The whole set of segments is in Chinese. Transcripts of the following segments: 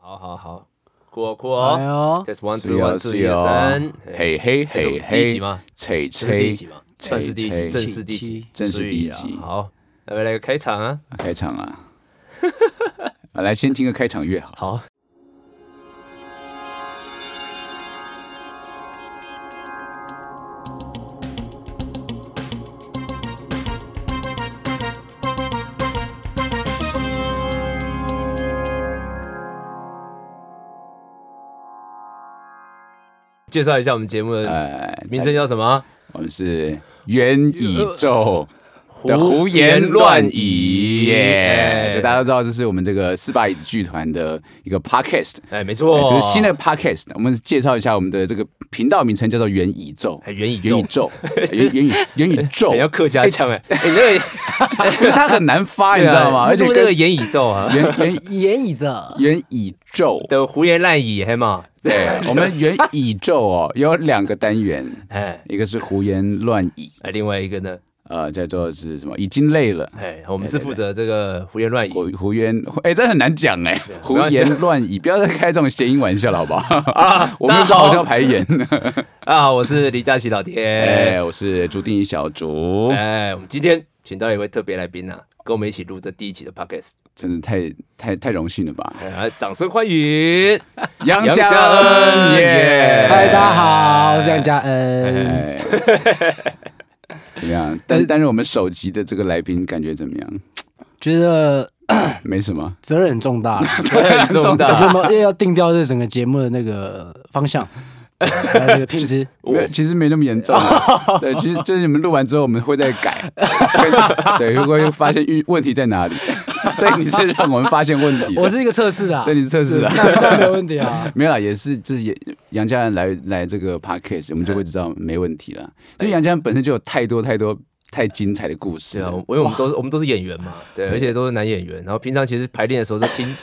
好好好，酷哦酷哦。哎呦， Just one 是 two 哦 one two 一二三，嘿嘿哎这不嘿第一集嘿，吗？吹这是第一吹集吗？算是第一集，吹正式第一集，正式第一集所以啊好，来来个开场啊，开场啊！ 啊来，先听个开场乐好。好。介绍一下我们节目的呃，名称叫什么？我们是元宇宙的胡胡言言乱乱语语耶哎！就大家都知道，这是我们这个四把椅子剧团的一个 podcast，哎，没错，就是新的 podcast。我们介绍一下我们的这个频道名称，叫做元宇宙。哎元宇元宇宙，宙，元元宇元宇宙很，要客家腔 哎，哎，那 个不是它很难啊发，你知 道吗？而且那跟个元宇宙啊元 元言椅子，元宇宙， 的胡言乱语，嘿嘛，对，我们元宇宙哦，有两个单元，哎，一个是胡言乱语，哎，另外一个呢，呃，叫做是什么？已经累了，哎，我们是负责这个胡言乱语胡胡言，哎、这很难讲哎、胡没关系言乱语，不要再开这种谐音玩笑了，好不好？ 啊我们是好笑排演。啊，我是李佳琦老爹，哎，我是朱定一小竹，哎，我们今天请到一位特别来宾啊，跟我们一起录这第一集的 podcast，真的太太太荣幸了吧？哎掌声欢迎，杨杨家家恩恩耶耶！嗨，大家好，我是杨家恩。 哎。怎么样？但但是我们首集的这个来宾感觉怎么样？觉得没什么，责任很重大，我很 重觉得大，我们又要定调这整个节目的那个方向，还有这个品 质。没有，其实没那么严重啊。对，其实就是你们录完之后，我们会再 改。会对，如果又发现遇问题在哪里，所以你是让我们发现问题的。我是一个测试的啊， 对你是测试的那那没有问题 啊。 没有啦，也是就是也杨家人来来这个 podcast，我们就会知道没问题了。哎因为杨家人本身就有太多太多太精彩的故事是啊，了因。为我们都是我们都是演员嘛，对，而且都是男演员，然后平常其实排练的时候都听，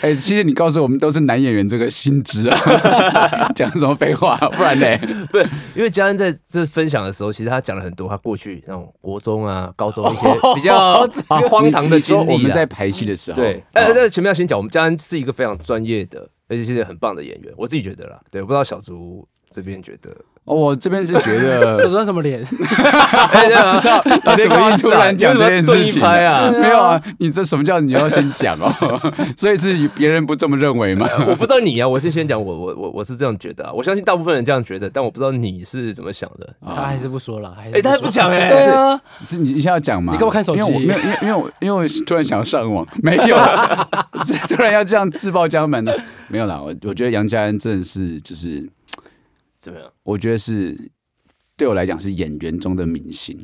哎、谢谢你告诉我们都是男演员这个薪资啊， 讲什么废话？不然呢？不是，因为嘉恩在这分享的时候，其实他讲了很多他过去那种国中啊、高中一 些比较荒唐的你经说历啊。哦我们在排戏的时候，对，呃哎、但但前面要先讲，我们嘉恩是一个非常专业的，而且现在很棒的演员，我自己觉得啦。对，我不知道小竹这边觉 得，哦，我这边是觉这得。算什么脸？哎，我知 道那什么意思？突啊然讲这件事情拍 啊？没有啊，你这什么叫你要先讲哦？ 所以是别人不这么认为吗？ 我不知道你啊，我是先讲我我我我是这样觉得啊，我相信大部分人这样觉得，但我不知道你是怎么想的。他还是不说了，还是哦哎，他还说不讲哎，对啊，是你一下要讲吗？你干嘛看手机因为我没有，因为因为我因为我突然想要上网， 没有啦， 是突然要这样自报家门的，没有啦。我我觉得杨家恩真的是，就是怎么样？我觉得是对我来讲是演员中的明星，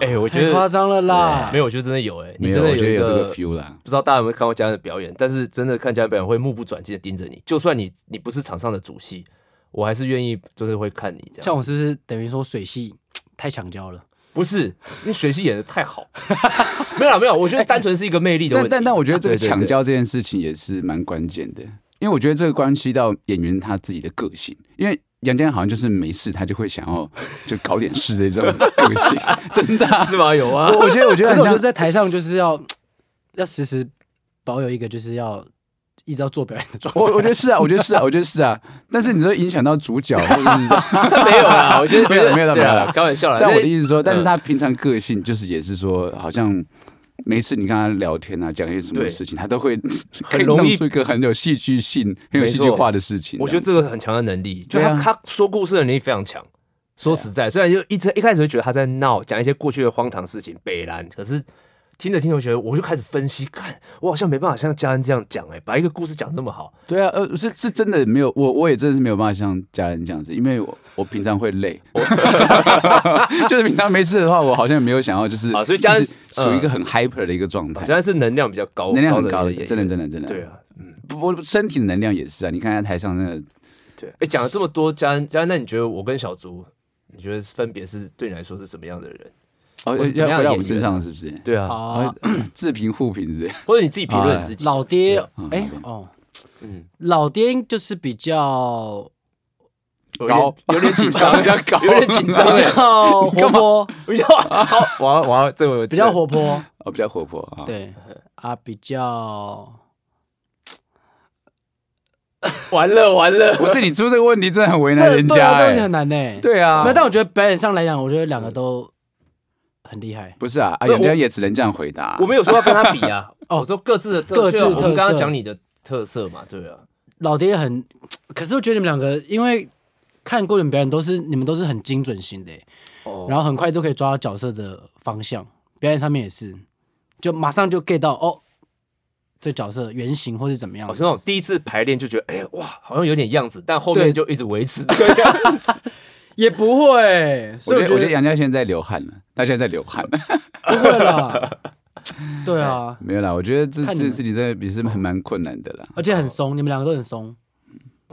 哎，我觉太夸得张了啦没。有，我觉得真的有哎，没你真有，的我觉得一有这个个 feel 啦。不知道大家有没有看过家人的表演，但是真的看家人表演会目不转睛的盯着你，就算你你不是场上的主戏，我还是愿意就是会看你这像样。我是不是等于说水系太强交了？不是，你水系演的太好， 没有啦没有，我觉得单纯是一个魅力的问但题。哎但但我觉得这个啊对对对抢教这件事情也是蛮关键的，因为我觉得这个关系到演员他自己的个性，因为。杨家恩好像就是没事，他就会想要就搞点事的这种个性， 真的啊、是吗？有啊， 我我觉得，我觉得可是很我觉像得在台上就是要要时时保有一个就是要一直要做表演的状态。我我觉得是啊，我觉得是啊，我觉得是啊。但是你说影响到主角，或者是 没有啦，我觉得 没有没有对没有啊啦开玩笑啦。嗯但我的因为意思是说，但是他平常个性就是也是说，好像每次你跟他聊天啊，讲一些什么对事情，他都会 可以容弄易出一个很有戏剧性、很有没戏错剧化的事情。啊我觉得这个很强的能力，就对他啊他说故事的能力非常强。说实在，虽然就一直一开始会觉得他在闹，讲一些过去的荒唐事情、北兰，可是听着听着，我觉得我就开始分析，看我好像没办法像家人这样讲，哎，把一个故事讲这么好，对啊，呃，是是真的没有，我我也真的是没有办法像家人这样子，因为我我平常会累， 就是平常没事的话，我好像没有想要就是啊所以家人一直属于一个很 hyper 的一个状态好，像是能量比较高，哎能量很高的演，员真的真的真的，对啊，嗯，不不，身体的能量也是啊。你看在台上那个，对。哎，讲了这么多，家人家人，那你觉得我跟小竹，你觉得分别是对你来说是什么样的人？哦，我是怎么样要的回到我演们身员啊上是不是？对啊，哎啊，自评互评是不是？或者你自己评论你自己，老爹，对哎、哦，嗯，老爹就是比较有点高有点紧张， 比较高有点紧 张比哎。较活泼，比较 好，我要我要这个比较活泼，啊哦，比较活泼啊。对啊，比较完了完了，不是你出这个问题，真的很为难这人对家啊这问题哎很。难呢。对啊没有，，但我觉得表演上来讲，我觉得两个都很厉害。不是啊，不啊是人家我也只能这样回答。我没有说要跟他比啊，哦我说各自的特各自就我特色们刚刚讲你的特色嘛，对啊，老爹很，可是我觉得你们两个，因为看过你们表演，都是你们都是很精准型的，欸哦然后很快都可以抓到角色的方向。表演上面也是，就马上就 get 到哦，这角色原型或是怎么样好。像那种第一次排练就觉得，哎、哇，好像有点样子，但后面对就一直维持这样。也不会，我所以觉得，我觉觉得杨家现在在流汗了，他现在在流汗了。不会啦。对啊， 没有啦，我觉得这看你这们事情真的也是很蛮困难 的啦。而且很松，你们两个都很松。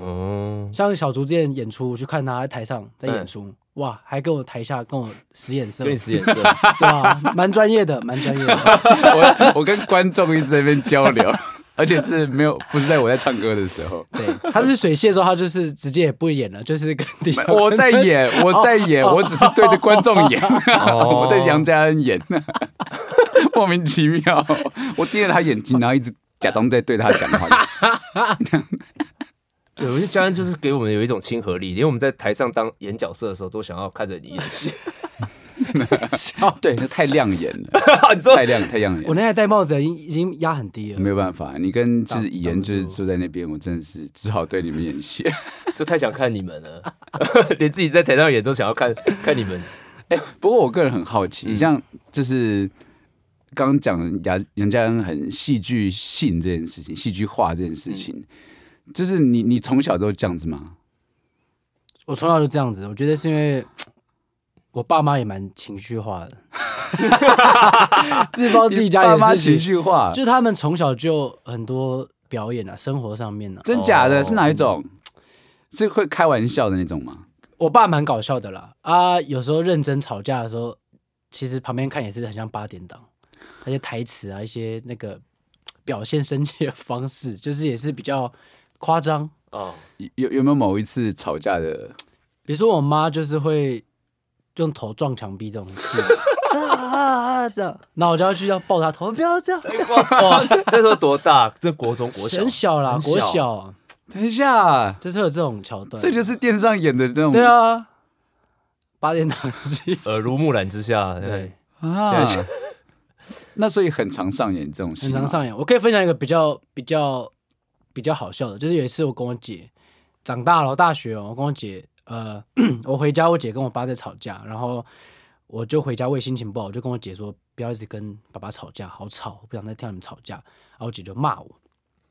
嗯，像小竹之前演出，我去看他在台上在演出，哇，还跟我台下跟我使眼 色，跟你对使眼色，啊，蛮专业的，蛮专 业的。我我跟观众一直在那边交流， 而且是没有不是在我在唱歌的时候，对，他是水蟹的时候，他就是直接也不演了，就是跟底下我在演，我在演，我只是对着观众 演，哦我对杨家恩演， 莫名其妙，我盯着他眼睛，然后一直假装在对他讲话。对，我觉得嘉恩就是给我们有一种亲和力，连我们在台上当演角色的时候，都想要看着你演戏。 哦，对，那太亮眼了， 你说太亮太亮眼我了。那天戴帽子已经已经压很低了，没有办法，你跟就是以言挡就是挡不住坐在那边，我真的是只好对你们演戏。就太想看你们了， 连自己在台上演都想要看看你们。 哎不过我个人很好奇，像就是刚刚讲杨杨家恩很戏剧性这件事情，戏剧化这件事情，就是你你从小都这样子吗？我从小就这样子，我觉得是因为我爸妈也蛮情绪 化的，自暴自己家你爸里妈的情事情，绪化，就他们从小就很多表演啊，生活上面啊，真假的、哦是哪一种？是会开玩笑的那种吗？我爸蛮搞笑的啦啊，有时候认真吵架的时候，其实旁边看也是很像八点档，那些台词啊，一些那个表现生气的方式，就是也是比较夸张。哦，有有没有某一次吵架的？比如说我妈就是会用头撞墙壁这种 戏。啊啊啊！这样，那我就要去要抱她头，不要这样，哇，那时候多大？这国中、 国小很，小啦，很小国小等一下，就是有这种桥段，这就是电视上演的这种对啊，八点档戏，耳濡目染之下，对对，， 啊现在。那所以很常上演这种戏很吗，常上演。我可以分享一个比较比较比较好笑的，就是有一次我跟我姐长大了，大学哦，我跟我姐呃， 我回家，我姐跟我爸在吵架，然后我就回家，我也心情不好，我就跟我姐说不要一直跟爸爸吵架，好吵，我不想再听到你们吵架。然后我姐就骂我，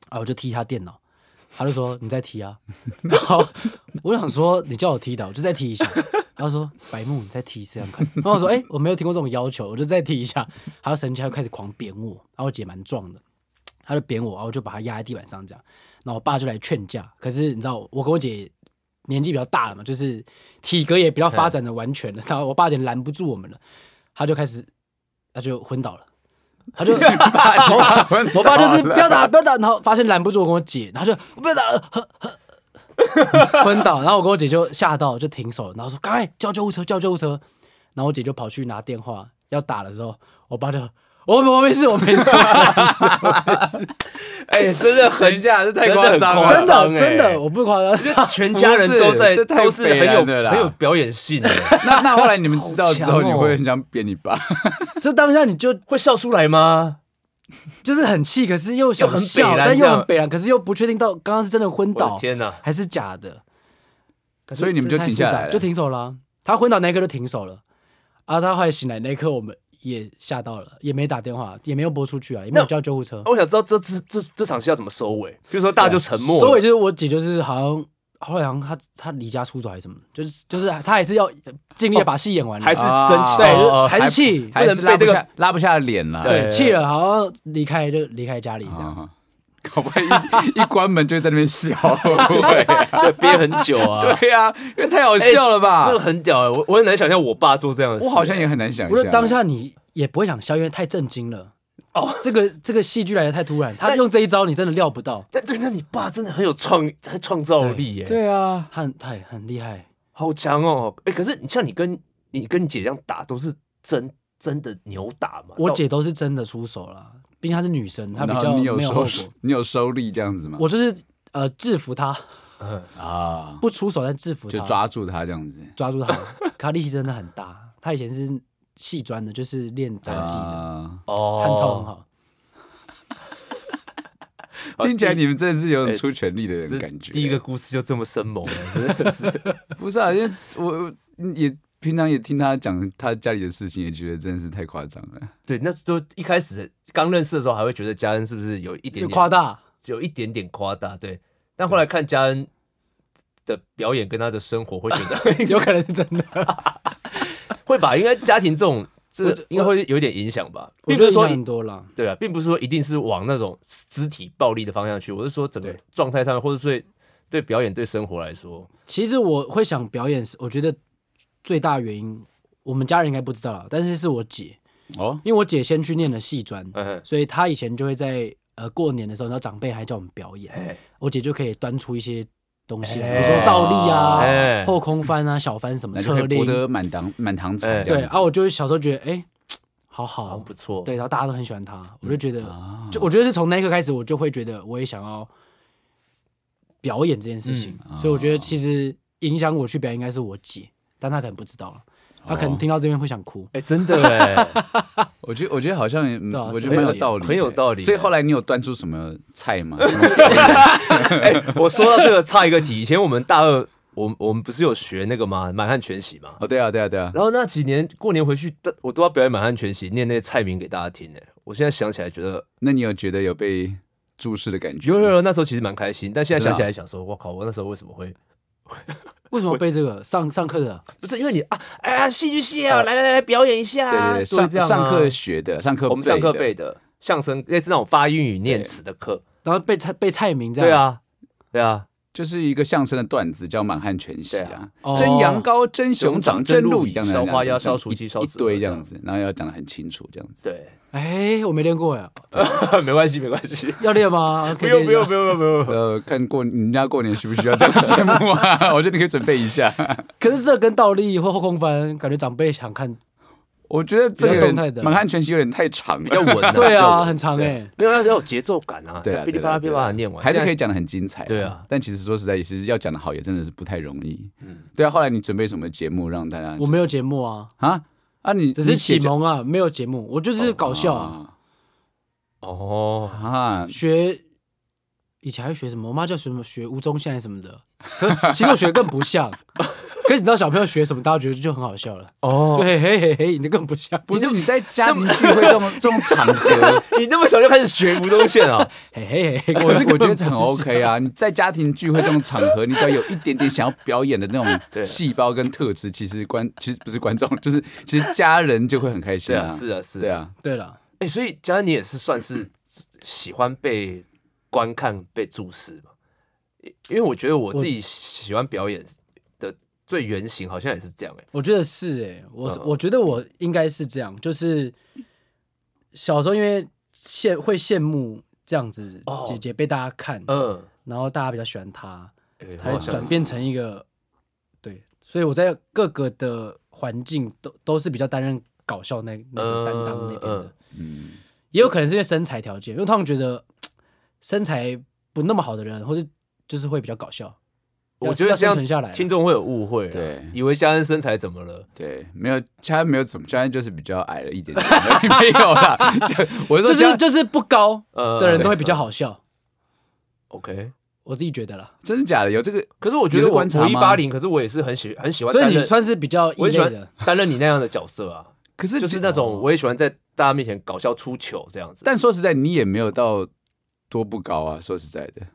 然后我就踢她电脑。她就说：“你再踢啊！” 然后我想说：“你叫我踢的，我就再踢一下。”然后说：“白木，你再踢一次看看。”然后我说：“哎、我没有听过这种要求，我就再踢一下。”他就生气，他就开始狂扁我。然后我姐蛮壮的，他就扁我，然后我就把他压在地板上这样。然后我爸就来劝架，可是你知道，我跟我姐年纪比较大了嘛，就是体格也比较发展的完全了，然后我爸有点拦不住我们了，他就开始他就昏倒了。他就我 爸我爸就是不要打不要打，然后发现拦不住我跟我姐，然后就我不要打了，呵呵 昏倒。然后我跟我姐就吓到，就停手了，然后说赶快叫救护车，叫救护车。然后我姐就跑去拿电话要打的时候，我爸就我我没事，我没事，哎，真的很下，这真的很夸真张的真哎的，我不夸张。全家人都在，不是这太都是很北有兰了啦很有表演 性的，那那后来你们知道之后，好你强哦会很想扁你爸？就当下你就会笑出来吗？ 就是很气，可是又想又很笑，北蓝但这又样很北然，可是又不确定到刚刚是真的昏我的倒哦天哪！还是假的。可是所以你们这就太停复杂下来了就停手了啊、他昏倒那一刻就停手了，啊，他后来醒来那一刻，我们也吓到了，也没打电话，也没有拨出去啊，也没有那叫救护车。我想知道这这这这场戏要怎么收尾，比如说大家就沉默了，所以就是我姐，就是好像后来好像她她离家出走还是什么，就是就是她还是要尽力地把戏演完了，还是啊生气，对，哦就哦是还是气，还是拉不不能被这下个拉不下脸了？对哦对，气了，好像离开就离开家里这样。啊，搞不好一一关门就在那边笑，会不会？对，憋很久啊。对呀，因为太好哎笑了吧这个？很屌哎、我我很难想象我爸做这样的事。我好像也很难想我觉象得。当下你也不会想笑，因为太震惊了。哦，这个这个戏剧来的太突然，他用这一招你真的料不到，但对，那你爸真的很有创很创造力耶、对啊，他很他也很厉害。好强哦、哎、可是你像你跟你跟你姐这样打，都是真真的扭打嘛？我姐都是真的出手了，毕竟她是女生，她比然较后你没有收后果。拾，你有收力这样子吗？我就是呃制服他，嗯啊，不出手但制服他，就抓住他这样子，抓 住他。他力气真的很大，他以前是戏专的，就是练杂技的，啊哦汉超很好。听起来你们真的是有哎种出全力的这人感觉。第一个故事就这么生猛了， 真的是不是啊，因为我我也平常也听他讲他家里的事情，也觉得真的是太夸张了。对，那都一开始刚认识的时候还会觉得家人是不是有一点就点夸 大，有一点点夸大，对。但后来看家恩的表演跟他的生活，会觉得 有可能是真的。会吧，应该家庭这种这我应该会有一点影响吧，我并不觉得是说影响很多了，对啊，并不是说一定是往那种肢体暴力的方向去，我是说整个对状态上面，或者对对表演对生活来说，其实我会想表演是，我觉得最大原因，我们家人应该不知道了，但是是我姐，哦，因为我姐先去念了戏专，嗯，所以她以前就会在呃过年的时候，然后长辈还叫我们表演，哎我姐就可以端出一些东西来，哎比如说倒立啊、哎，后空翻啊、小翻什么那就侧可以博立，得满堂满堂哎彩这对。样然子。后我就小时候觉得，哎，好好像好不，错，嗯对，然后大家都很喜欢她，我就觉得，啊，就我觉得是从那一刻开始，我就会觉得我也想要表演这件事情，啊嗯所以我觉得其实影响我去表演应该是我姐，但她可能不知道了，她哦可能听到这边会想哭。哎，真的哎，我觉得我觉得好像也嗯对啊我觉是得蛮有很有道理的，很有道理所以后来你有端出什么菜 吗？ 哎，我说到这个差一个题，以前我们大二，我们我们不是有学那个吗？满汉全席吗？哦，对啊，对啊，对啊。然后那几年过年回去，都我都要表演满汉全席，念那些菜名给大家听诶。我现在想起来觉得，那你有觉得有被注视的感觉有吗？有有，那时候其实蛮开心，但现在真想的啊起来想说，我靠，我那时候为什么会？为什么背这个？上上课的不是因为你啊，哎呀，戏剧系啊，来来来，表演一下对对啊，呃对，都会上这样啊上课学的，上课我们上课的背的相声，类似那种发音与念词的课，然后被蔡被蔡明这对样，啊，对啊，就是一个相声的段子，叫《满汉全席》啊对啊，蒸哦羊羔、蒸熊掌、蒸鹿尾，这样子烧花腰这烧样子雏鸡一烧一子鹅堆这这样样子，然后要讲的很清楚，这样子。对，啊哎，我没练过呀， 没关系，没关系，要练吗？不可以用练不一下用不用不用不用，呃，看过你人家过年需不需要这样的节目啊？ 我觉得你可以准备一下。可是这跟倒立或后空翻，感觉长辈想看。我觉得这个比较动态人的满汉全席有点太长比较了，稳 啊，对比较啊，稳很长对哎。没有，那时候有节奏感啊， 对啊，哔哩吧啦哔对哩啊吧啦对啊念完，还是可现以讲的很精彩。对啊，但其实说实在，也是要讲的好，也真的是不太容易。嗯，对啊。后来你准备什么节目让大家？我没有节目啊，啊啊，你只是启你写蒙啊，没有节目，我就是搞笑啊。在哦，啊，学以前还学什么？我妈叫学什么学吴宗宪还是什么的，可其实我学得更不像。可是你知道小朋友学什么，大家觉得就很好笑了。哦对，嘿嘿嘿，你就更不像。不是你在家庭聚会这 种这种场合，你那么小就开始学吴宗宪啊？嘿嘿嘿，我是我觉得很 OK 啊。你在家庭聚会这种场合，你只要有一点点想要表演的那 对种细胞跟特质，其实观其实不是观众，就是其实家人就会很开心对啊，啊。 是啊，是对，啊，对了，哎、所以佳恩，你也是算是喜欢被观看、被注视嘛？因因为我觉得我自己喜欢表演的最原型好像也是这样哎、我觉得是哎，我嗯我觉得我应该是这样，就是小时候因为羡会羡慕这样子哦姐姐被大家看，嗯，然后大家比较喜欢她，哎它我会好像转是变成一个对，所以我在各个的环境都都是比较担任搞笑那那个担当那边嗯的，嗯嗯，也有可能是因为身材条件，因为通常觉得身材不那么好的人，或是就是会比较搞笑。我要觉得要这生存下样来，听众会有误会、啊，对以为佳恩身材怎么了？对，没有，家人没有怎么，家人就是比较矮了一点点，没 有啦。就我是就说是家，就是不高呃，的人都会比较好笑， OK。我自己觉得啦。真的假的？有这个可是我觉得你是我观察吗我一八零，可是我也是很喜很喜欢所以担任，你算是比较异我类也喜的欢，担任你那样的角色啊，可是就是那哦种我也喜欢在大家面前搞笑出糗这样子。但说实在，你也没有到多不高啊。说实在的，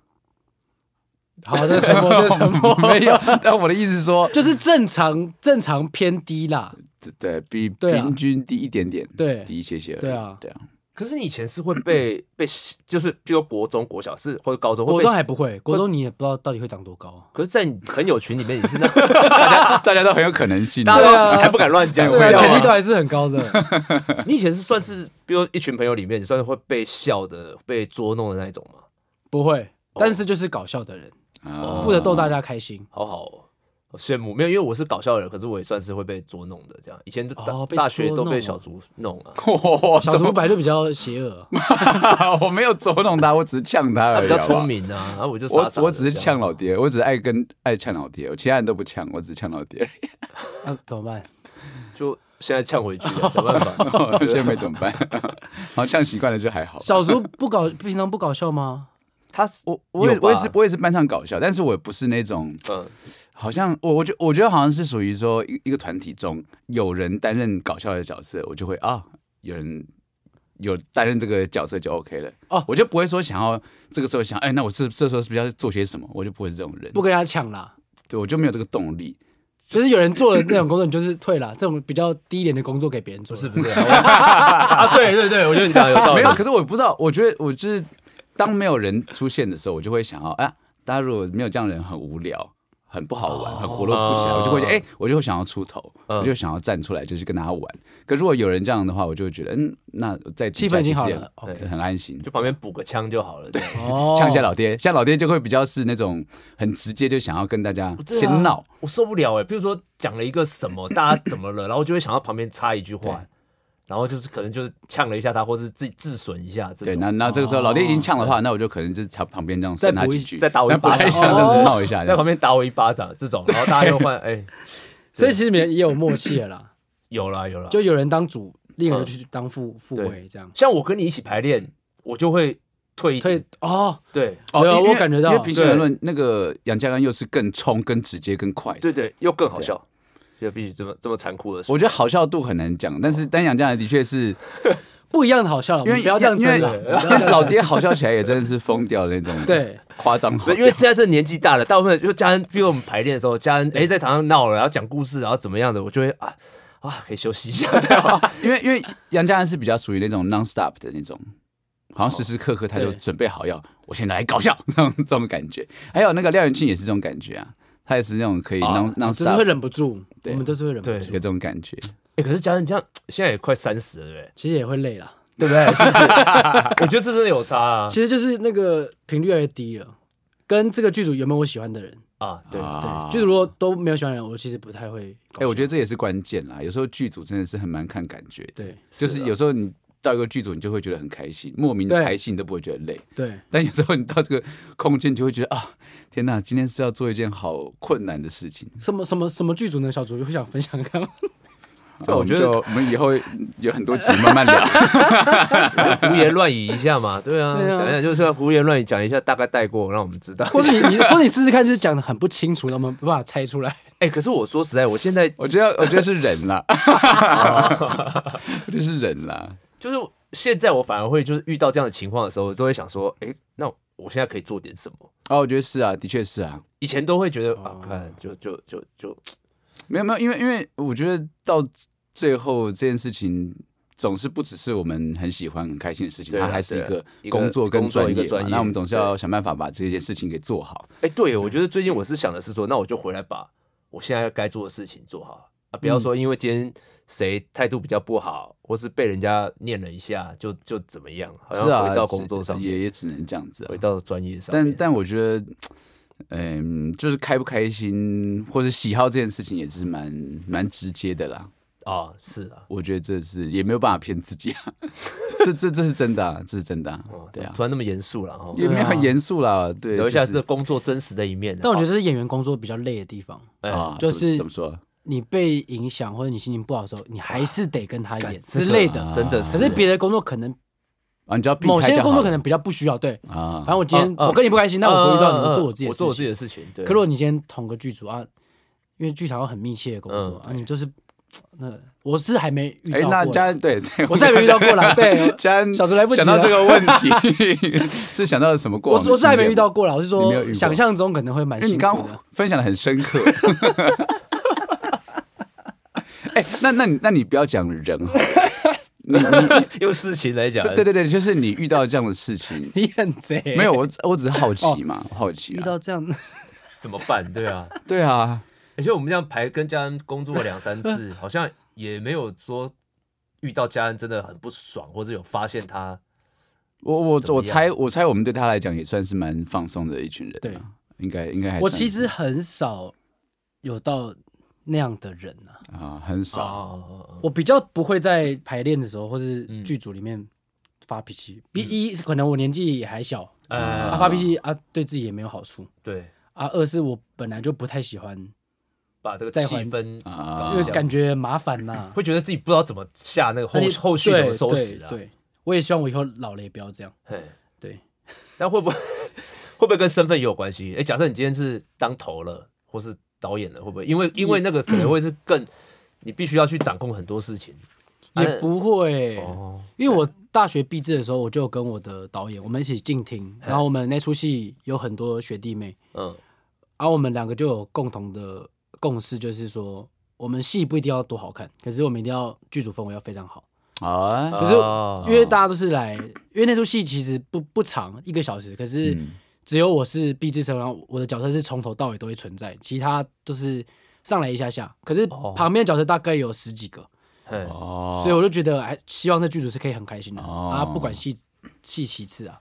好，这个沉 默，这个沉默， 没有。但我的意思是说，就是正常正常偏低啦。对比对啊平均低一点点，对低一些些而已。对啊对啊。 可是你以前是会被被，就是比如国中、国小是或者高中，嗯国会被中还不会，国中你也不知道到底会长多高。可是，在你朋友群里面，你 是那啊大家大家都很有可能性的。大对家啊都还不敢乱讲，对啊对啊，你知道吗潜力都还是很 高的。你以前是算是，比如一群朋友里面，你算是会被笑的、被捉弄的那一种吗？哦不会，但是就是搞笑的人，啊负责逗大家开心。好好哦，我羡慕，没有，因为我是搞笑人，可是我也算是会被捉弄的这样。以前就大、哦被大学捉都弄被哦小竹弄啊，我小猪本来就比较邪恶， 我没有捉弄他，我只是呛他他而已。比较好不好聪明啊，然后我就傻我傻的我只是这样呛老爹，我只是爱跟爱呛老爹，我其他人都不呛，我只呛老爹。 那、怎么办？就现在呛回去啊，想办法。 现在没怎么办？ 然后呛习惯了就还好。小猪不 搞，平常不搞笑吗？他我我也有吧我也是我也是班上搞笑，但是我不是那种嗯，好像我我觉我觉得好像是属于说一一个团体中有人担任搞笑的角色，我就会啊有人。有担任这个角色就 OK 了哦我就不会说想要这个时候想，哎，那我是这时候是不是要做些什么？我就不会是这种人，不跟人家抢啦，对我就没有这个动力。就是有人做了那种工作，你就是退了，这种比较低廉的工作给别人做，是不是啊？我啊，对对对，我觉得你讲的有道 没理 有，。可是我不知道，我觉得我就是当没有人出现的时候，我就会想要，哎、呀，大家如果没有这样的人，很无聊。很不好玩，很活络不起来，哦我就会觉得，哎、我就会想要出头，嗯我就想要站出来，就是跟大家玩。可如果有人这样的话，我就会觉得，嗯，那在气氛已经好了，。OK 很安心。就旁边补个枪就好了。对，哦像一下老爹，像老爹就会比较是那种很直接，就想要跟大家先闹，啊我受不了哎、比如说讲了一个什么，大家怎么了，然后就会想到旁边插一句话，然后就是可能就是呛了一下他，或是自己自损一下这对，种。那那这个时候老爹已经呛的话，那我就可能就朝旁边这样扇他哦再补几一哦句，再打我一 那巴掌补一下这样子闹一下，这在样旁边打我一巴掌这种，然后大家又换，哎、所以其实也也有默契了啦，有啦有啦。就就有人当主，另一个人就去当副副对位这嗯样。像我跟你一起排练，我就会退一退哦，对有因为我感觉到因为平心而论，那个杨家刚又是更冲、更直接、更快。对对，又更好笑，就必须这么这么残酷的事。我觉得好笑度很难讲，但是单杨家的的确是，不一样的好笑了，我因们为不要这样因为争了，因不为要这样争老爹好笑起来也真的是疯掉的那种，，对，夸张 好对，因为现在这年纪大了，大部分就家人，比如我们排练的时候，家人哎、在场上闹了，然后讲故事，然后怎么样的，我就会啊啊可以休息一 下。因为因为杨家人是比较属于那种 non stop 的那种，好像时时刻刻他就对准备好要我现在来搞笑 这种这种感觉。还有那个廖元庆也是这种感觉啊，他也是那种可以哦 non non 啊就是会 stop 忍不住，我对们都是会忍不对有住这，种感觉。哎、可是家人这样现在也快三十了，对不对？其实也会 累了，对不对？是不是？我觉得这真的有差啊！ 其实就是那个频率越来越低了。跟这个剧组有没有我喜欢的人？啊，对，啊对，剧组如果都没有喜欢的人，我其实不太会搞笑。哎、我觉得这也是关键啦。有时候剧组真的是很蛮看感觉的，对就是有时候你到一个剧组，你就会觉得很开心，莫名的对开心，你都不会觉得累。 对但有时候你到这个空间，你就会觉得啊，天哪，今天是要做一件好困难的事情。什么什么什么剧组呢？小竹会想分享 看吗？对我觉得啊我们就我们以后有很多集 慢慢聊。胡言乱语一下嘛，对啊，对啊讲一下就是要胡言乱语，讲一下大概带过，让我们知道。或者你你或者你试试看，就是讲的很不清楚，那我们没办法猜出 来。哎，可是我说实在，我现在我觉得，我觉得是 人啦，我觉得是人啦。就是现在我反而会就是遇到这样的情况的时候，我都会想说，哎，那我现在可以做点什么？哦，我觉得是啊，的确是啊。以前都会觉得哦啊，看就就就就没有没有，因为因为我觉得到最后这件事情。总是不只是我们很喜欢、很开心的事情，对啊它还是一对啊个一个工作跟工作专一个业嘛。专业那我们总是要想办法把这件事情给做好。哎，对我觉得最近我是想的是说，那我就回来把我现在该做的事情做好啊，嗯不要说因为今天谁态度比较不好，或是被人家念了一下，就就怎么样，好像是啊，回到工作上面，也也只能这样子啊回。到专业上但面。但我觉得，嗯，就是开不开心或者喜好这件事情，也是蛮蛮直接的啦。啊，是啊，我觉得这是也没有办法骗自己啊， 这这这是真的、啊，这是真的、啊哦，对啊突，然那么严肃了哈，也啊没有很严肃啦，对，留一下就这工作真实的一哎面啊。但我觉得这是演员工作比较累的地方，得啊，就怎么是怎么说，你被影响或者你心情不好的时候，你还是得跟他演之真的类的。真的可是别的工作可能啊，你只要啊避某开些就工作好可能比较不需要，对。啊，反正我今天啊啊我跟你不开心，那嗯我不遇到你，我做我自己嗯我的做我事自己情。的事情。对，可如果你今天同个剧组啊，因为剧场有很密切的工作嗯啊，你就是那我是还没遇哎，到那过家的，人对，对，我是还没遇到过啦。对 家人小时候来不及想到了这个问题， 是想到了什么过我往的是我是还没经验遇到过啦，我是你没有遇过说想象中可能会蛮因为你辛刚 苦的，刚。分享的很深刻。 哎、那那你那你不要讲人好 了，用事情来讲，对对对，就是你遇到这样的 事情你很贼，没有我只我只是好奇嘛，哦我好奇遇啊，到这样，怎么办？对啊， 对啊，而且我们这样排跟家人工作两三 次，好像也没有说遇到家人真的很不爽，或者有发现他我我怎么样我猜我猜我们对他来讲也算是蛮放松的一群人、啊，对，应该应该还我算其实很少有到那样的人啊。啊，很少。哦，我比较不会在排练的时候或是剧组里面发脾气，嗯比一是可能我年纪也还小，啊呃，发脾气啊对自己也没有好处对，啊。二是我本来就不太喜欢，把这个气再还氛啊因为感觉麻烦呐、会觉得自己不知道怎么下 那个后而且后续怎么对收拾啊对，？对，我也希望我以后老了也不要这样。嘿对，但会不 会会不会跟身份也有关系？哎，假设你今天是当头了，或是导演了，会不会因为因为那个可能会是更你必须要去掌控很多事情？也不会、哦，因为我大学毕制的时候，我就有跟我的导演我们一起静听，然后我们那出戏有很多学弟妹，嗯而、啊我们两个就有共同的共识，就是说我们戏不一定要多好看，可是我们一定要剧组氛围要非常好，啊，可是哦因为大家都是来，因为那出戏其实不不长，一个小时，可是嗯只有我是毕制生，然后我的角色是从头到尾都会存在，其他都是上来一下下，可是哦旁边角色大概有十几个。嘿哦，所以我就觉得，哎，希望这剧组是可以很开心的、哦啊，不管戏戏其次啊。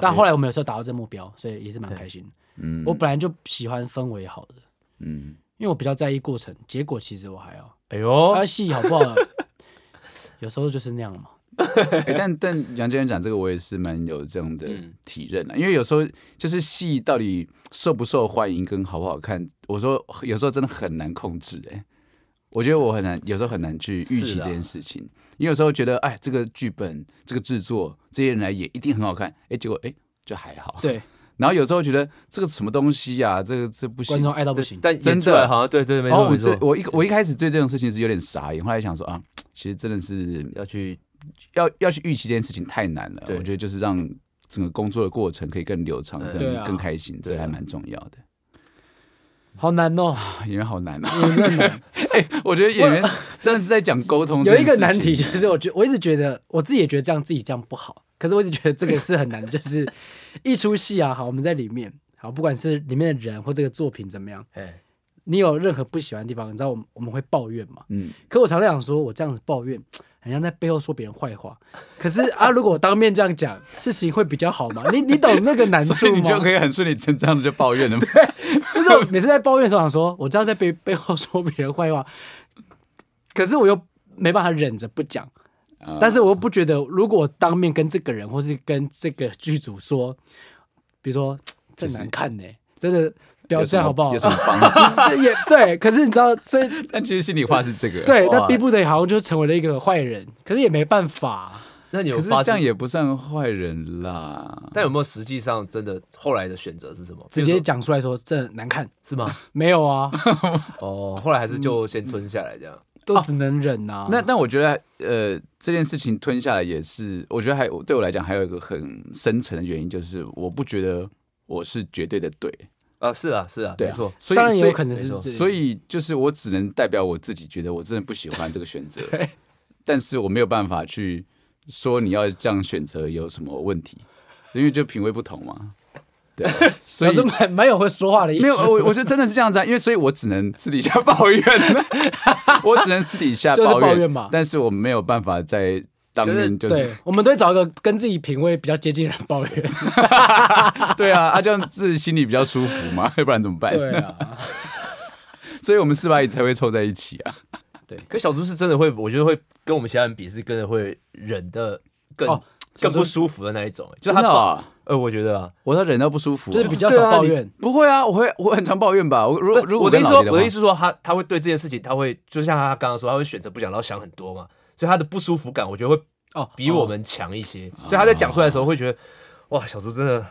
但后来我们有时候达到这目标，所以也是蛮开心的。嗯我本来就喜欢氛围好的，嗯，因为我比较在意过程，结果其实我还好。哎呦啊，戏好不好，有时候就是那样嘛。 哎但但杨建元讲这个，我也是蛮有这样的嗯体认啊的，因为有时候就是戏到底受不受欢迎跟好不好看，我说有时候真的很难控制哎、我觉得我很难，有时候很难去预期是啊这件事情，因为有时候觉得，哎，这个剧本、这个制作、这些人来演一定很好看，哎、结果哎、就还好。对，然后有时候觉得这个什么东西呀、这个这不行，观众爱到不行。但演真出的来好像对对没然后错我没错这，我一我一开始对这种事情是有点傻眼，后来想说啊，其实真的是要去要要去预期这件事情太难了。对我觉得就是让整个工作的过程可以更流畅、嗯对啊更更开心，这对啊还蛮重要的。 好难哦，啊演员好难啊！演员真的难。 哎，我觉得演员真的是在讲沟通。有一个难题就，是，我觉我一直觉得我自己也觉得这样自己这样不好，可是我一直觉得这个是很难的，就是一出戏啊，好，我们在里面，好，不管是里面的人或这个作品怎么样。哎你有任何不喜欢的地方，你知道我们我们会抱怨嘛？嗯，可我常常想说，我这样子抱怨，很像在背后说别人坏话。可是啊，如果我当面这样讲，事情会比较好嘛？你你懂那个难所以处你吗？就可以很顺理成章的就抱怨了嘛。就是我每次在抱怨的时候，想说我知道在背背后说别人坏话，可是我又没办法忍着不讲。啊但是我又不觉得，如果我当面跟这个人或是跟这个剧组说，比如说这就是难看呢、真的 不要有什这么样好不好有？什么帮助？ 也对，可是你知道，所以但其实心里话是这个。，对，哇但逼不得已好像就成为了一个坏人，可是也没办法、那你有可是发这样生？也不算坏人啦。但有没有实际上真的后来的选择是什么？比直如接说讲出来说这难看，是吗？没有啊，哦，后来还是就先吞下来这样。都只能忍 啊。那但我觉得，呃，这件事情吞下来也是，我觉得还对我来讲还有一个很深层的原因，就是我不觉得我是绝对的对，啊，是啊，是啊，对没错，所以当然也有可能，能是没错这，所以就是我只能代表我自己，觉得我真的不喜欢这个选择， 但是我没有办法去说你要这样选择有什么问题，因为就品味不同嘛，对，啊 所小以郑蛮蛮有会说话的意思没有，我我觉得真的是这样子啊，因为所以我只能私底下抱怨， 我只能私底下就是抱抱怨嘛但是我没有办法在当面就是 对，我们都会找一个跟自己品味比较接近的人抱怨。对啊，啊这样自己心里比较舒服嘛， 要不然怎么办？对啊，所以我们四八一才会凑在一起啊。可小猪是真的会，我觉得会跟我们其他人比是真的会忍的更、哦更不舒服的那一种、欸就真他的抱、啊、呃，我觉得啊，我要忍到不舒服、就是比较少抱怨。不会啊，我会我很常抱怨吧。我如果不如果我的意思跟说，老杰我的话意思说他他会对这件事情，他会就像他刚刚说，他会选择不讲，然后想很多嘛，所以他的不舒服感，我觉得会哦，比我们强一些、哦所以他在讲出来的时候会觉得，哇，小猪真的。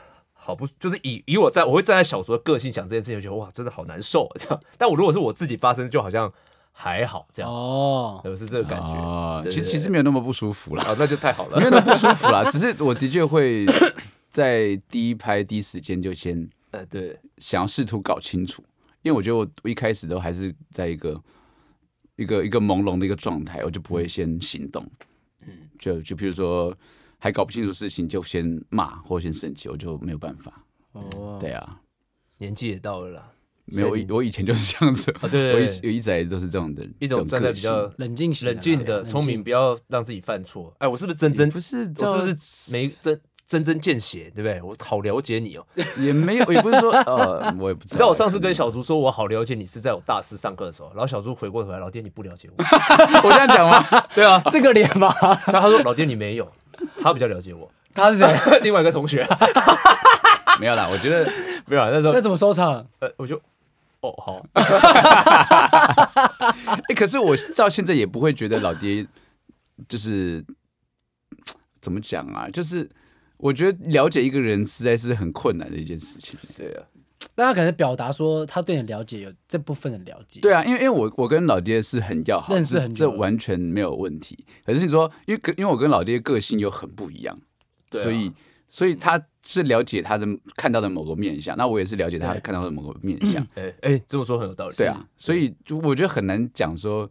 好不，就是以以我在我会站在小猪的个性想这件事情，我觉得哇，真的好难受啊这样。 但我如果是我自己发生，就好像还好这样，呃哦，对，是这个感觉。哦，对其实对其实没有那么不舒服啦，啊，那就太好了没。有那么不舒服啦。只是我的确会在第一拍第一时间就先呃，对，想要试图搞清楚，因为我觉得我我一开始都还是在一个一个一个朦胧的一个状态，我就不会先行动。嗯，就就比如说还搞不清楚事情，就先骂或先生气，我就没有办法。哦，对啊，年纪也到了啦，没有我所以以你我以前就是这样子，啊，对我对对一我一直以来都是这样的一种站在比个性较冷静型的冷哎啦静的、聪明，，不要让自己犯错。哎，我是不是真也真？不是我叫是不是没真针针见血，对不对？我好了解你哦、 也没有，也不是 说呃，我也不知道。你知道我上次跟小竹说我好了解你，是在我大四上课的时候，然后小竹回过头来，老爹你不了解我， 我这样讲吗？ 对啊，这个脸吧，但他说老爹你没有，他比较了解我。 他是谁？另外一个同学没有啦，我觉得没有啊，那时候那怎么收场？呃我就哦 好，欸，可是我到现在也不会觉得老爹就是怎么讲啊，就是我觉得了解一个人实在是很困难的一件事情。对啊，那他可能表达说他对你了解有这部分的了解。对啊，因为因为我我跟老爹是很要好，认识很久这这完全没有问题。可是你说，因为跟因为我跟老爹个性又很不一样，对啊所以所以他是了解他的看到的某个面相，那我也是了解他对嗯看到的某个面相。 哎哎这么说很有道理，对啊，所以就我觉得很难讲说。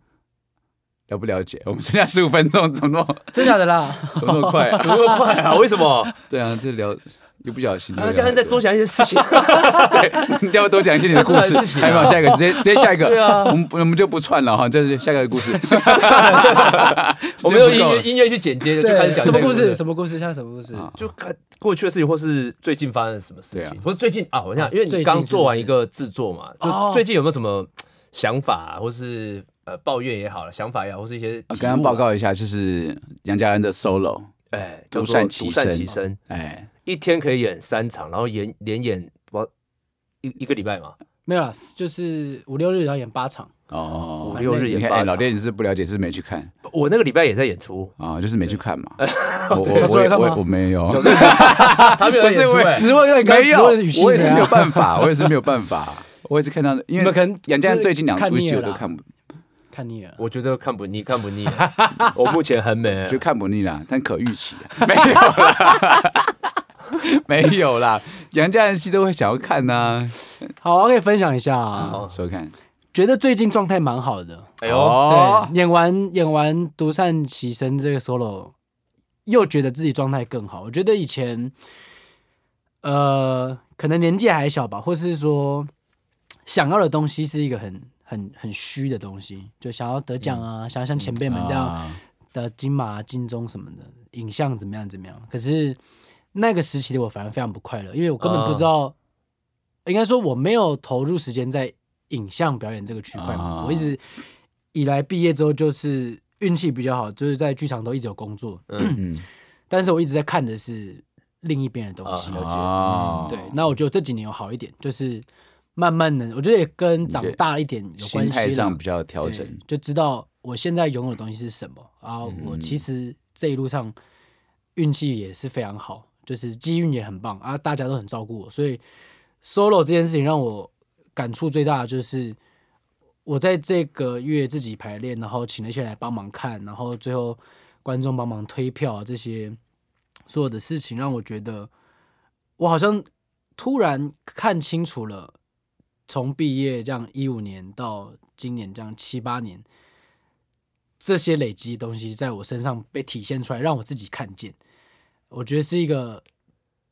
了不了解？我们剩下十五分钟， 怎么那么真假的啦？怎么那么快、啊？ 怎么那么快啊？为什么？对啊，就聊，一不小心就啊聊。嘉恩再多讲一些事情，对，要不多讲一些你的故事多讲一些事，情啊还有没有下一个？直接直接下一个。对啊我们我们就不串了哈，这是下一个故事。 我们用音时间不够乐音乐去剪接，就开始对，讲什么这个故事？什么故事？像什么故事？啊就看过去的事情，或是最近发生了什么事对啊情，或是最近啊，我想，因为最你近刚做完一个制作嘛，哦就最近有没有什么想法，或是呃抱怨也好了，想法也好，或是一些我体刚刚悟报啊，告一下，就是杨家恩的 solo，哎，独叫做善其独善身其身，哎，一天可以演三场，然后演连演我一一个礼拜嘛，没有啦，就是五六日要演八场，哦五，六日你演看，八哎场。老爹你是不了解，是没去看，我那个礼拜也在演出啊，就是没去看嘛。我小我猪有我也看我吗也我没有，他没有在演出啊不是哎，职位有点高，没有，职位的语气我也怎是没有样？办法，我也是没有办法， 我也是看到，因你为们可能杨家恩最近两就是出看腻戏我了都啦看不看腻了。我觉得看不腻，看不腻，啊 我目前很美，就看不腻啦，但可预期啊 没有啦，没有啦，杨家人戏都会想要看呐、好，我可以分享一下啊，哦说看，觉得最近状态蛮好的。哎呦，哦对，，演完演完《独善其身》这个 solo，又觉得自己状态更好。我觉得以前，呃，可能年纪还小吧，或是说想要的东西是一个很很很虚的东西，就想要得奖啊，想要像前辈们这样啊的金马、金钟什么的，影像怎么样怎么样。可是那个时期的我反而非常不快乐，因为我根本不嗯知道，应该说我没有投入时间在影像表演这个区块嘛。啊我一直以来毕业之后就是运气比较好，就是在剧场都一直有工作，嗯但是我一直在看的是另一边的东西。啊了解哦嗯对，那我觉得这几年有好一点，就是慢慢的，我觉得也跟长大一点有心关态系啦上。比较有调对，整，就知道我现在拥有的东西是什么啊。我嗯其实这一路上运气也是非常好，就是机运也很棒啊，大家都很照顾我，所以 solo 这件事情让我感触最大的就是。我在这个月自己排练，然后请了一些人来帮忙看，然后最后观众帮忙推票啊这些所有的事情，让我觉得我好像突然看清楚了，从毕业这样一五年到今年这样七八年，这些累积的东西在我身上被体现出来，让我自己看见，我觉得是一个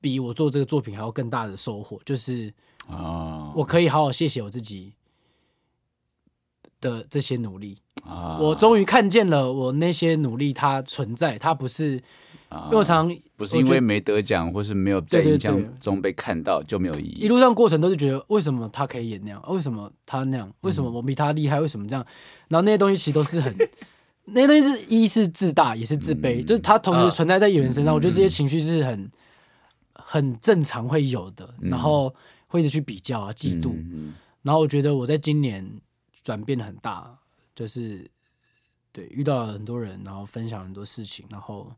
比我做这个作品还要更大的收获，就是哦，我可以好好谢谢我自己的这些努力。啊我终于看见了我那些努力它存在，它不是，因为我常啊不是因我觉为得没得奖或是没有在对对影对像中被看到就没有意义，一路上过程都是觉得为什么他可以演那样，为什么他那嗯样，为什么我比他厉害，为什么这样？然后那些东西其实都是 很，那些东西是一是自大，也是自嗯卑，就是它同啊时存在在演员身上。我觉得这些情绪是很很正常会有的，然后会一直去比较啊、嫉妒。嗯然后我觉得我在今年转变得很大，就是对遇到了很多人，然后分享很多事情，然后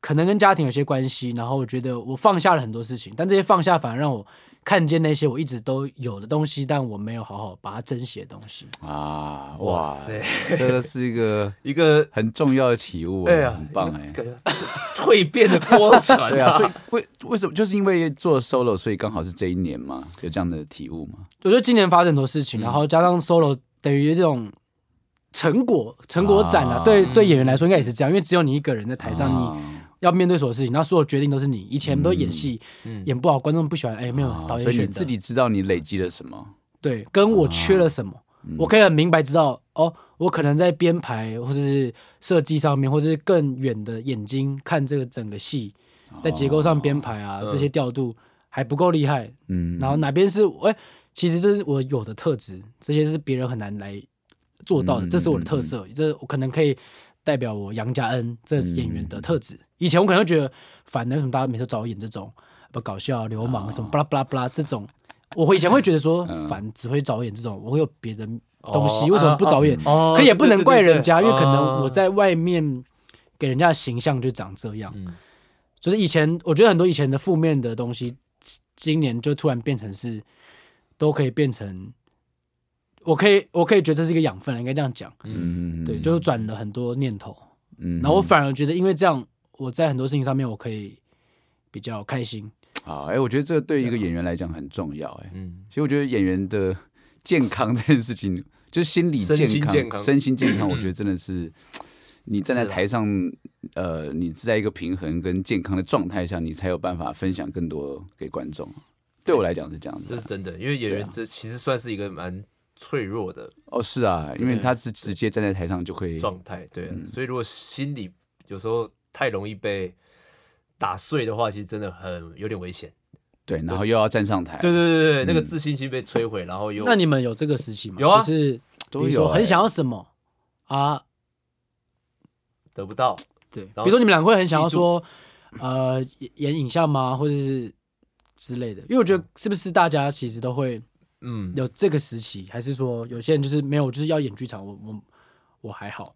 可能跟家庭有些关系，然后我觉得我放下了很多事情，但这些放下反而让我看见那些我一直都有的东西，但我没有好好把它珍惜的东西。啊，哇哇，塞，这个是一个一个很重要的体悟，哎啊呀很棒哎，感觉蜕变的过程 对啊，所以为为什么就是因为做 solo，所以刚好是这一年嘛，有这样的体悟嘛？我觉得今年发生很多事情，然后加上 solo 等于这种成果成果展啊，啊对对演员来说应该也是这样，因为只有你一个人在台上，你啊要面对所有事情，那所有决定都是你。以前都演戏，演不好，观众不喜欢，哎，没有啊导嗯所演以你选自的，己知道你累积了什么，对，跟我缺了什么，哦嗯我可以很明白知道，哦，我可能在编排或者是设计上面，或者是更远的眼睛看这个整个戏，哦在结构上编排呃啊，这些调度还不够厉害。嗯，然后哪边是哎、其实这是我有的特质，这些是别人很难来做到的，嗯这是我的特色，这我可能可以代表我杨家恩这演员嗯的特质。以前我可能会觉得烦的，为什么大家每次找我演这种不搞笑、流氓哦什么巴拉巴拉巴拉这种，我会以前会觉得说烦，只会找我演这种，我会有别的东西，嗯哦为什么不找我演？哦可也不能怪人家，对因对为对可对能我哦在外面给人家的形象就长这样嗯。就是以前，我觉得很多以前的负面的东西，今今年就突然变成是，都可以变成，我可以我可以觉得这是一个养分，啊应该这样讲。嗯对，就是转了很多念头，嗯然后我反而觉得，因为这样，我在很多事情上面我可以比较开心。好，哎、我觉得这对一个演员来讲很重要、哎，嗯，其实我觉得演员的健康这件事情，就是心理身健心康、健康身 心健康，我觉得真的是。你站在是啊啊台上，呃，你是在一个平衡跟健康的状态下，你才有办法分享更多给观众。对我来讲是这样子这啊、是真的，因为演员这其实算是一个蛮脆弱的哦，是啊，因为对他是直接站在台上就会，状态，对啊，所以如果心里有时候太容易被打碎的话，其实真的很有点危险。对，然后又要站上台，对对对对，那个自信心被摧毁，然后又那你们有这个时期吗？有啊就是比都如有、说很哎想要什么啊，得不到，对，比然后如说你们俩会很想要嫉妒说，呃，演演影像吗，或者是之类的？因为我觉得是不是大家其实都会嗯，有这个时期，还是说有些人就是没有，就是要演剧场，我我我还好，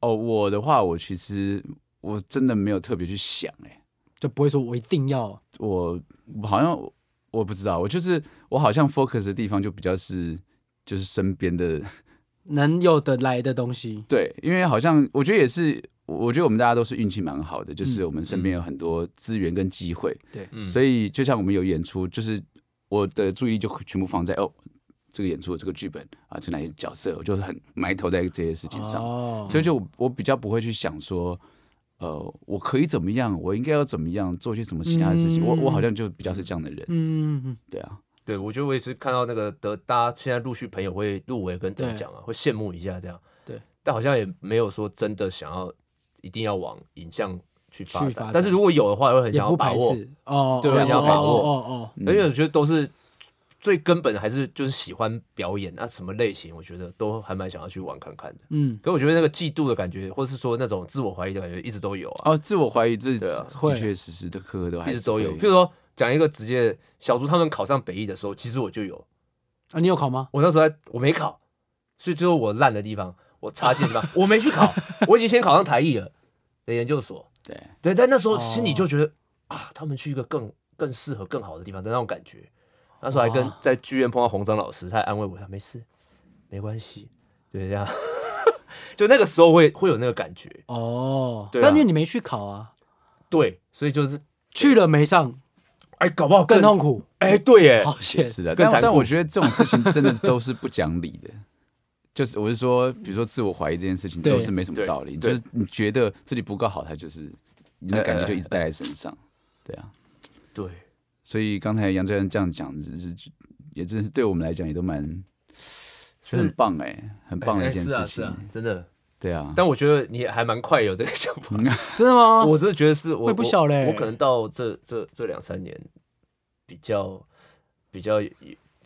哦，我的话，我其实我真的没有特别去想、哎。就不会说我一定要我我好像我不知道，我就是我好像 focus 的地方就比较是就是身边的能有的来的东西。对，因为好像我觉得也是，我觉得我们大家都是运气蛮好的，就是我们身边有很多资源跟机会，对嗯所以就像我们有演出，就是我的注意力就全部放在哦这个演出这个剧本啊，这哪些角色，我就是很埋头在这些事情上，哦，所以就我我比较不会去想说。呃，我可以怎么样？我应该要怎么样？做些什么其他的事情？我我好像就比较是这样的人，嗯，嗯对啊。对，我觉得我也是看到那个得，大家现在陆续朋友会入围跟得奖啊，会羡慕一下这样。对，但好像也没有说真的想要一定要往影像去发展。去发展但是如果有的话，我会嗯很也想要不把排握，斥哦，对哦我想要排斥哦哦哦因为我觉得都是最根本的，还是就是喜欢表演啊，什么类型，我觉得都还蛮想要去玩看看的。嗯，可我觉得那个嫉妒的感觉，或是说那种自我怀疑的感觉，一直都有啊，哦，自我怀疑这对啊的确时时的刻刻都还一是直都有。会譬如说讲一个直接的，小竹他们考上北艺的时候，其实我就有，啊，你有考吗？我那时候还我没考，所以只有我烂的地方，我差劲的地方，我没去考，我已经先考上台艺了的研究所。对对，但那时候心里就觉得、啊，他们去一个更更适合、更好的地方的那种感觉。那时候还跟哇在剧院碰到洪章老师，他还安慰我，他没事，没关系，对，这样。 就那个时候会会有那个感觉，哦，对啊但因为你没去考啊，对，所以就是去了没上哎，搞不好更，痛啊苦，哎，对耶，好险，是的，更但残酷但我觉得这种事情真的都是不讲理的。就是我是说，比如说自我怀疑这件事情对都是没什么道理，对就是你觉得自己不够好，他就是你的感觉就一直带在身上，对啊。对，所以刚才杨教练这样讲，只是也真是对我们来讲也都蛮是很棒哎、很棒的一件哎哎事是情，啊，是啊，真的。对啊。但我觉得你还蛮快有这个想法，真的吗？我真的觉得是我哦会不小嘞我我可能到这这这两三年比较比较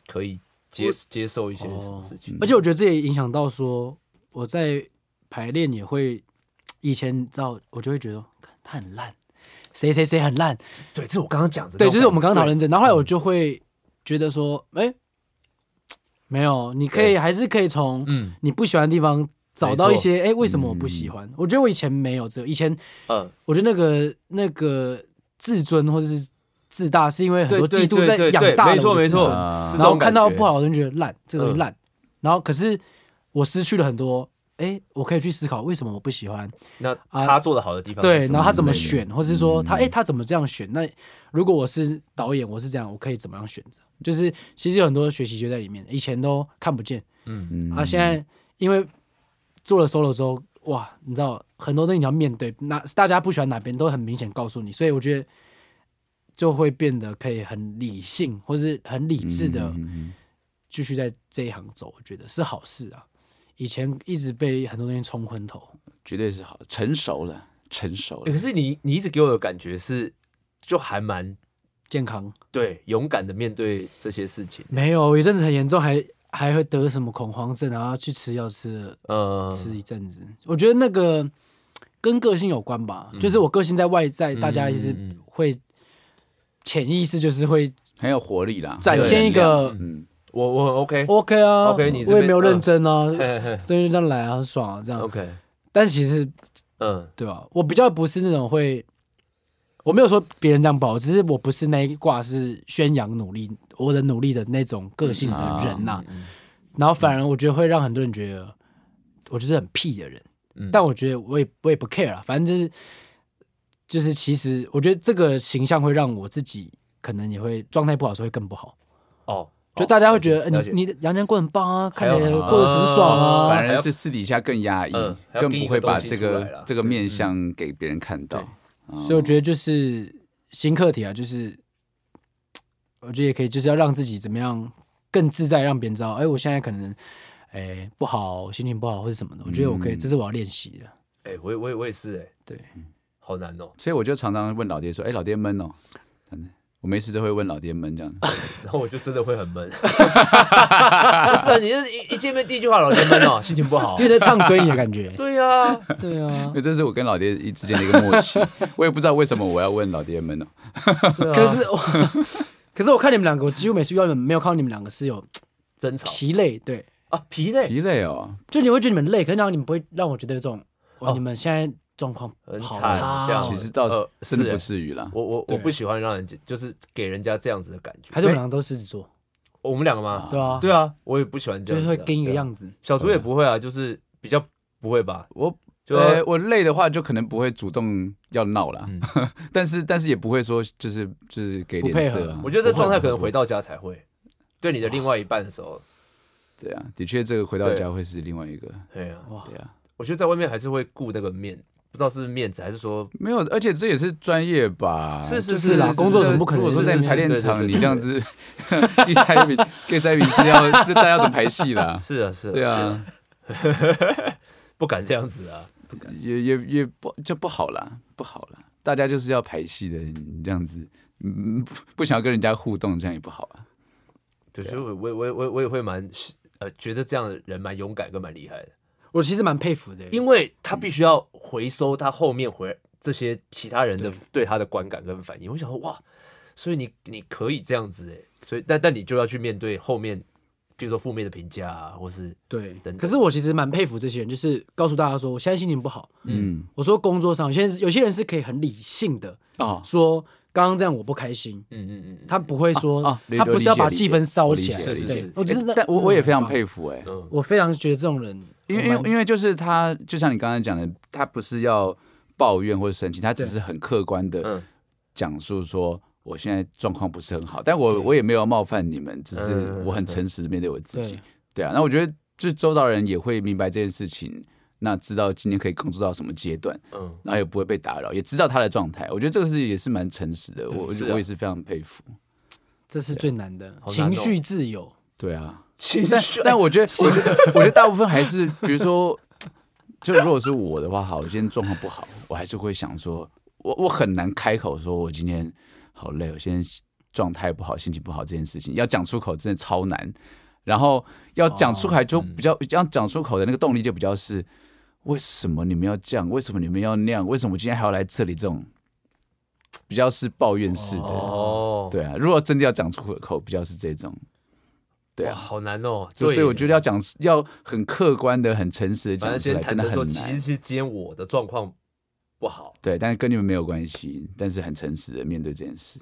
可以接接受一些哦什么事情，哎而且我觉得这也影响到说我在排练也会，以前你知道我就会觉得看他很烂，谁谁谁很烂，对，这是我刚刚讲的那种感嗯对，觉，就是我们刚刚讨论这，然后后来我就会觉得说，哎、没有，你可以对还是可以从对，嗯你不喜欢的地方找到没一错些，哎、为什么我不喜欢？我觉得我以前没有这个，以前嗯，我觉得那个那个自尊或者是自大，是因为很对多对嫉妒对在对养对大了没错我的没自错尊。啊，是这然后种看感到觉不好的人觉得烂，这个东西嗯烂。然后可是我失去了很多，哎，我可以去思考为什么我不喜欢，那啊他做的好的地方是对，什然后他怎么之类的选，或是说他哎他怎么这样选？那如果我是导演，我是这样，我可以怎么样选择？就是其实有很多学习就在里面，以前都看不见，嗯嗯啊，现在因为做了 solo 之后，哇，你知道很多东西你要面对，哪大家不喜欢哪边都很明显告诉你，所以我觉得就会变得可以很理性或是很理智的。嗯嗯继续在这一行走，我觉得是好事啊。以前一直被很多东西冲昏头，绝对是好，成熟了，成熟欸了可。是你你一直给我的感觉是，就还蛮健康对勇敢的面对这些事情。没有，有一阵子很严重，还还会得什么恐慌症，然后去吃药吃呃，吃一阵子。我觉得那个跟个性有关吧，就是我个性在外在，大家也是嗯嗯嗯嗯会潜意识就是会很有活力啦，展现一个嗯，我我很 OK OK 啊 OK，你这边我也没有认真啊，嘿嘿所以就这样来啊，很爽啊，这样。 OK，但其实嗯对吧？我比较不是那种会，我没有说别人这样不好，只是我不是那一挂是宣扬努力，我的努力的那种个性的人呐、嗯然后反而我觉得会让很多人觉得我就是很屁的人，嗯但我觉得我也我也不 care 了，反正就是就是其实我觉得这个形象会让我自己可能也会状态不好的时候会更不好。哦，就哦大家会觉得，了哎解了解你你的杨江过得很棒啊，看还起来有过得很爽哦啊反，而是私底下更压抑嗯，还要更盯一不个会把东西这出来个啦嗯这个面相给别人看到。所以我觉得就是新课题啊，就是我觉得也可以，就是要让自己怎么样更自在，让别人知道，哎，我现在可能哎不好，心情不好或者什么的，我觉得我可以，嗯这是我要练习的。哎，我也我也我也是哎，对，好难哦。所以我就常常问老爹说：“哎，老爹闷哦。”真的，我没事都会问老爹闷这样。然后我就真的会很 闷。不是啊，你是一一见面第一句话老就闷哦，心情不好，因。为在唱衰你的感觉 对呀，对啊。那 这是我跟老爹一之间的一个默契，我也不知道为什么我要问老爹闷哦。对啊可是我，可是我看你们两个，我几乎每次遇到你们，没有看到你们两个是有争吵疲累，对，啊，疲累，疲累哦，就你会觉得你们累，可是然后你们不会让我觉得有这种，哇，哦你们现在状况很好惨差、这样哦其，实倒呃是是真啊的不至于啦。我我对我不喜欢让人就是给人家这样子的感觉。还是我们两个都狮子座，我们两个吗？对啊，对啊，我也不喜欢这样就是子啊，会跟一个对啊样子。小猪也不会啊，就是比较不会吧，我就呃，我累的话就可能不会主动要闹啦，嗯 但是但是也不会说就是就是给不配脸合色啊。我觉得这状态可能回到家才会，对你的另外一半的时候，对啊，的确这个回到对家会是另外一个对啊，哇对啊，我觉得在外面还是会顾那个面，不知道是面子还是说没有，而且这也是专业吧？是是就是是啦这工作怎么不可能如果说是在是是排练对对场对你对这样子一猜谜，给猜谜是要是大家怎么排戏啦？是啊是啊，对啊，不敢这样子啊，也也也不就不好啦，不好啦，大家就是要排戏的，你这样子，嗯，不不想要跟人家互动，这样也不好啊。对，所以我我我我我也会蛮呃觉得这样的人蛮勇敢跟蛮厉害的，我其实蛮佩服的，因为他必须要回收他后面回这些其他人的对他的观感跟反应。我想说哇，所以你你可以这样子哎，所以但但你就要去面对后面，比如说负面的评价啊，或是对等等。可是我其实蛮佩服这些人，就是告诉大家说，我现在心情不好。嗯，我说工作上，有些人是有些人是可以很理性的哦，说，刚刚这样我不开心。嗯嗯嗯嗯，他不会说，啊啊理他不是要把理解气理解氛烧起来。我理哎解理对解，我真的，但我我也非常服，佩服哎、嗯我非常觉得这种人，因为因为因为就是他，就像你刚才讲的，他不是要抱怨或者生气，他只是很客观的嗯讲述说。我现在状况不是很好，但我我也没有冒犯你们，只是嗯我很诚实的面对我自己对对。啊，那我觉得就周遭人也会明白这件事情，那知道今天可以工作到什么阶段，嗯，然后也不会被打扰，也知道他的状态。我觉得这个是也是蛮诚实的，我我是啊我也是非常佩服。这是最难的哦情绪自由。对啊， 情但绪但我觉得，我觉得，我觉得大部分还是，比如说，就如果是我的话，好，我今天状况不好，我还是会想说，我我很难开口说我今天好累，我现在状态不好，心情不好这件事情，要讲出口真的超难。然后要讲出口就比较，要讲出口的那个动力就比较是，为什么你们要这样？为什么你们要那样？为什么我今天还要来这里？这种比较是抱怨式的，哦，对啊。如果真的要讲出口，比较是这种，对哇啊。好难哦，所以所以我得。觉得要讲要很客观的、很诚实的反正讲出先来，坦真诚的说，很其实难。是今天我的状况不好，对，但是跟你们没有关系，但是很诚实的面对这件事，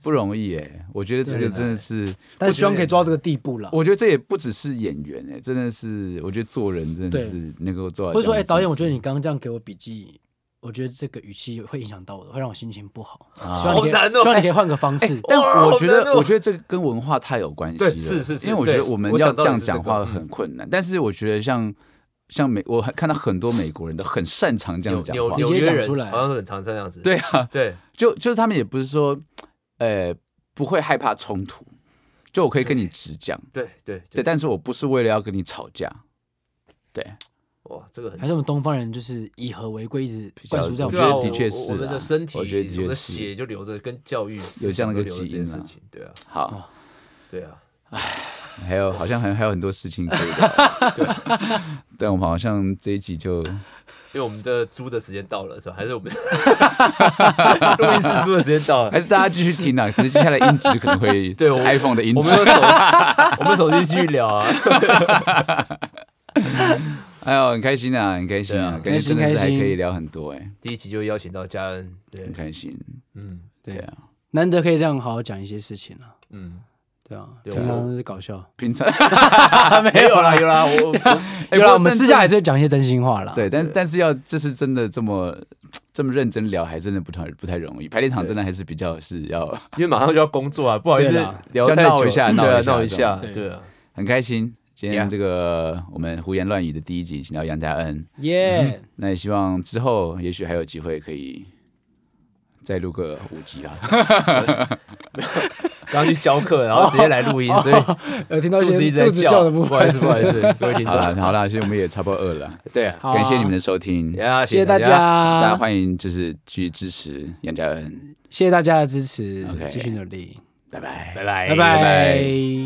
不容易哎、我觉得这个真的是，但希望可以做到这个地步了。我觉得这也不只是演员哎、真的是，我觉得做人真的是能够做到这样的事。或者说，哎，导演，我觉得你刚刚这样给我笔记，我觉得这个语气会影响到我的，会让我心情不好。啊希望你可以好难哦希望你可以换个方式。但哇我好觉得，难哦我觉得这个跟文化太有关系了。对是是是因为我觉得对我们我要想到这的样是这个讲嗯话很困难，但是我觉得像像美，我看到很多美国人都很擅长这样纽讲纽话，纽直接约讲人出来好像都很常这样子，对啊，对，就就是他们也不是说，呃，不会害怕冲突，就我可以跟你直讲，对对对，但是我不是为了要跟你吵架，对，哇，这个很还是我们东方人就是以和为贵，一直较灌输在我我们觉对啊我得的确身上。是我们啊的身体，我觉得的确我们的是血就流着跟教育有这样的的一个基因啊事情，对啊，好，对啊，还有好像还还有很多事情可以聊，但我们好像这一集就因为我们的租的时间到了，是吧？还是我们 录音室租的时间到了还。是大家继续听啊，只是接下来音质可能会对是我 iPhone 的音我质们。有手，我们手机继续聊啊。哎呦，很开心啊，很开心啊，对感觉真的开是心还可开心以聊很多哎，第一集就邀请到嘉恩，对很，开心。嗯对对，啊，难得可以这样好好讲一些事情了。嗯，对啊，对哎平我常都是搞笑。平常没有啦，有啦，我 我哎对不过啊，我们真私下还是会讲一些真心话啦。对，但但是要就是真的这么这么认真聊，还真的不太不太容易。排练场真的还是比较是要因为马上就要工作啊，不好意思对啦，聊就太闹久一下对闹啊，一下闹一下，这样对啊，很开心。今 Yeah 天这个我们胡言乱语的第一集，请到杨家恩。耶，那也希望之后也许还有机会可以再录个五集啊。刚刚去教课，然后直接来录音，哦所以有呃听到一嗯肚子一些直在肚子叫的部不好意分。思，不好意思，各位听好啦众，好啦，其实我们也差不多饿了，对啊，好啊感谢你们的收听，呀，谢谢大大家。大家家，欢迎就是继续支持杨家恩，谢谢大家的支持 OK，继续努力，拜拜。哎拜拜，拜拜。